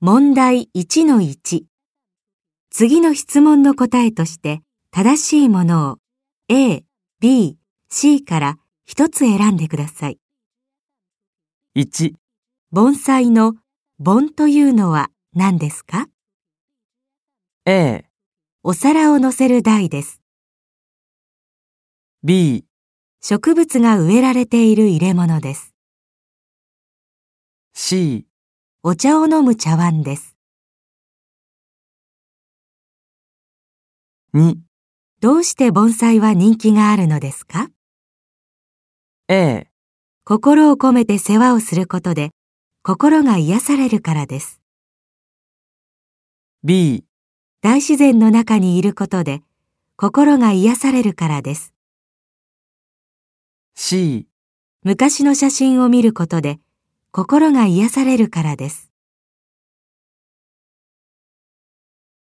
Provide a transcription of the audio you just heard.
問題1-1。次の質問の答えとして正しいものを A、B、C から一つ選んでください。 1、盆栽の盆というのは何ですか A、お皿を乗せる台です。 B、植物が植えられている入れ物です。 C。お茶を飲む茶碗です。 2、どうして盆栽は人気があるのですか A、心を込めて世話をすることで心が癒されるからです。 B、大自然の中にいることで心が癒されるからです。 C。昔の写真を見ることで心が癒されるからです。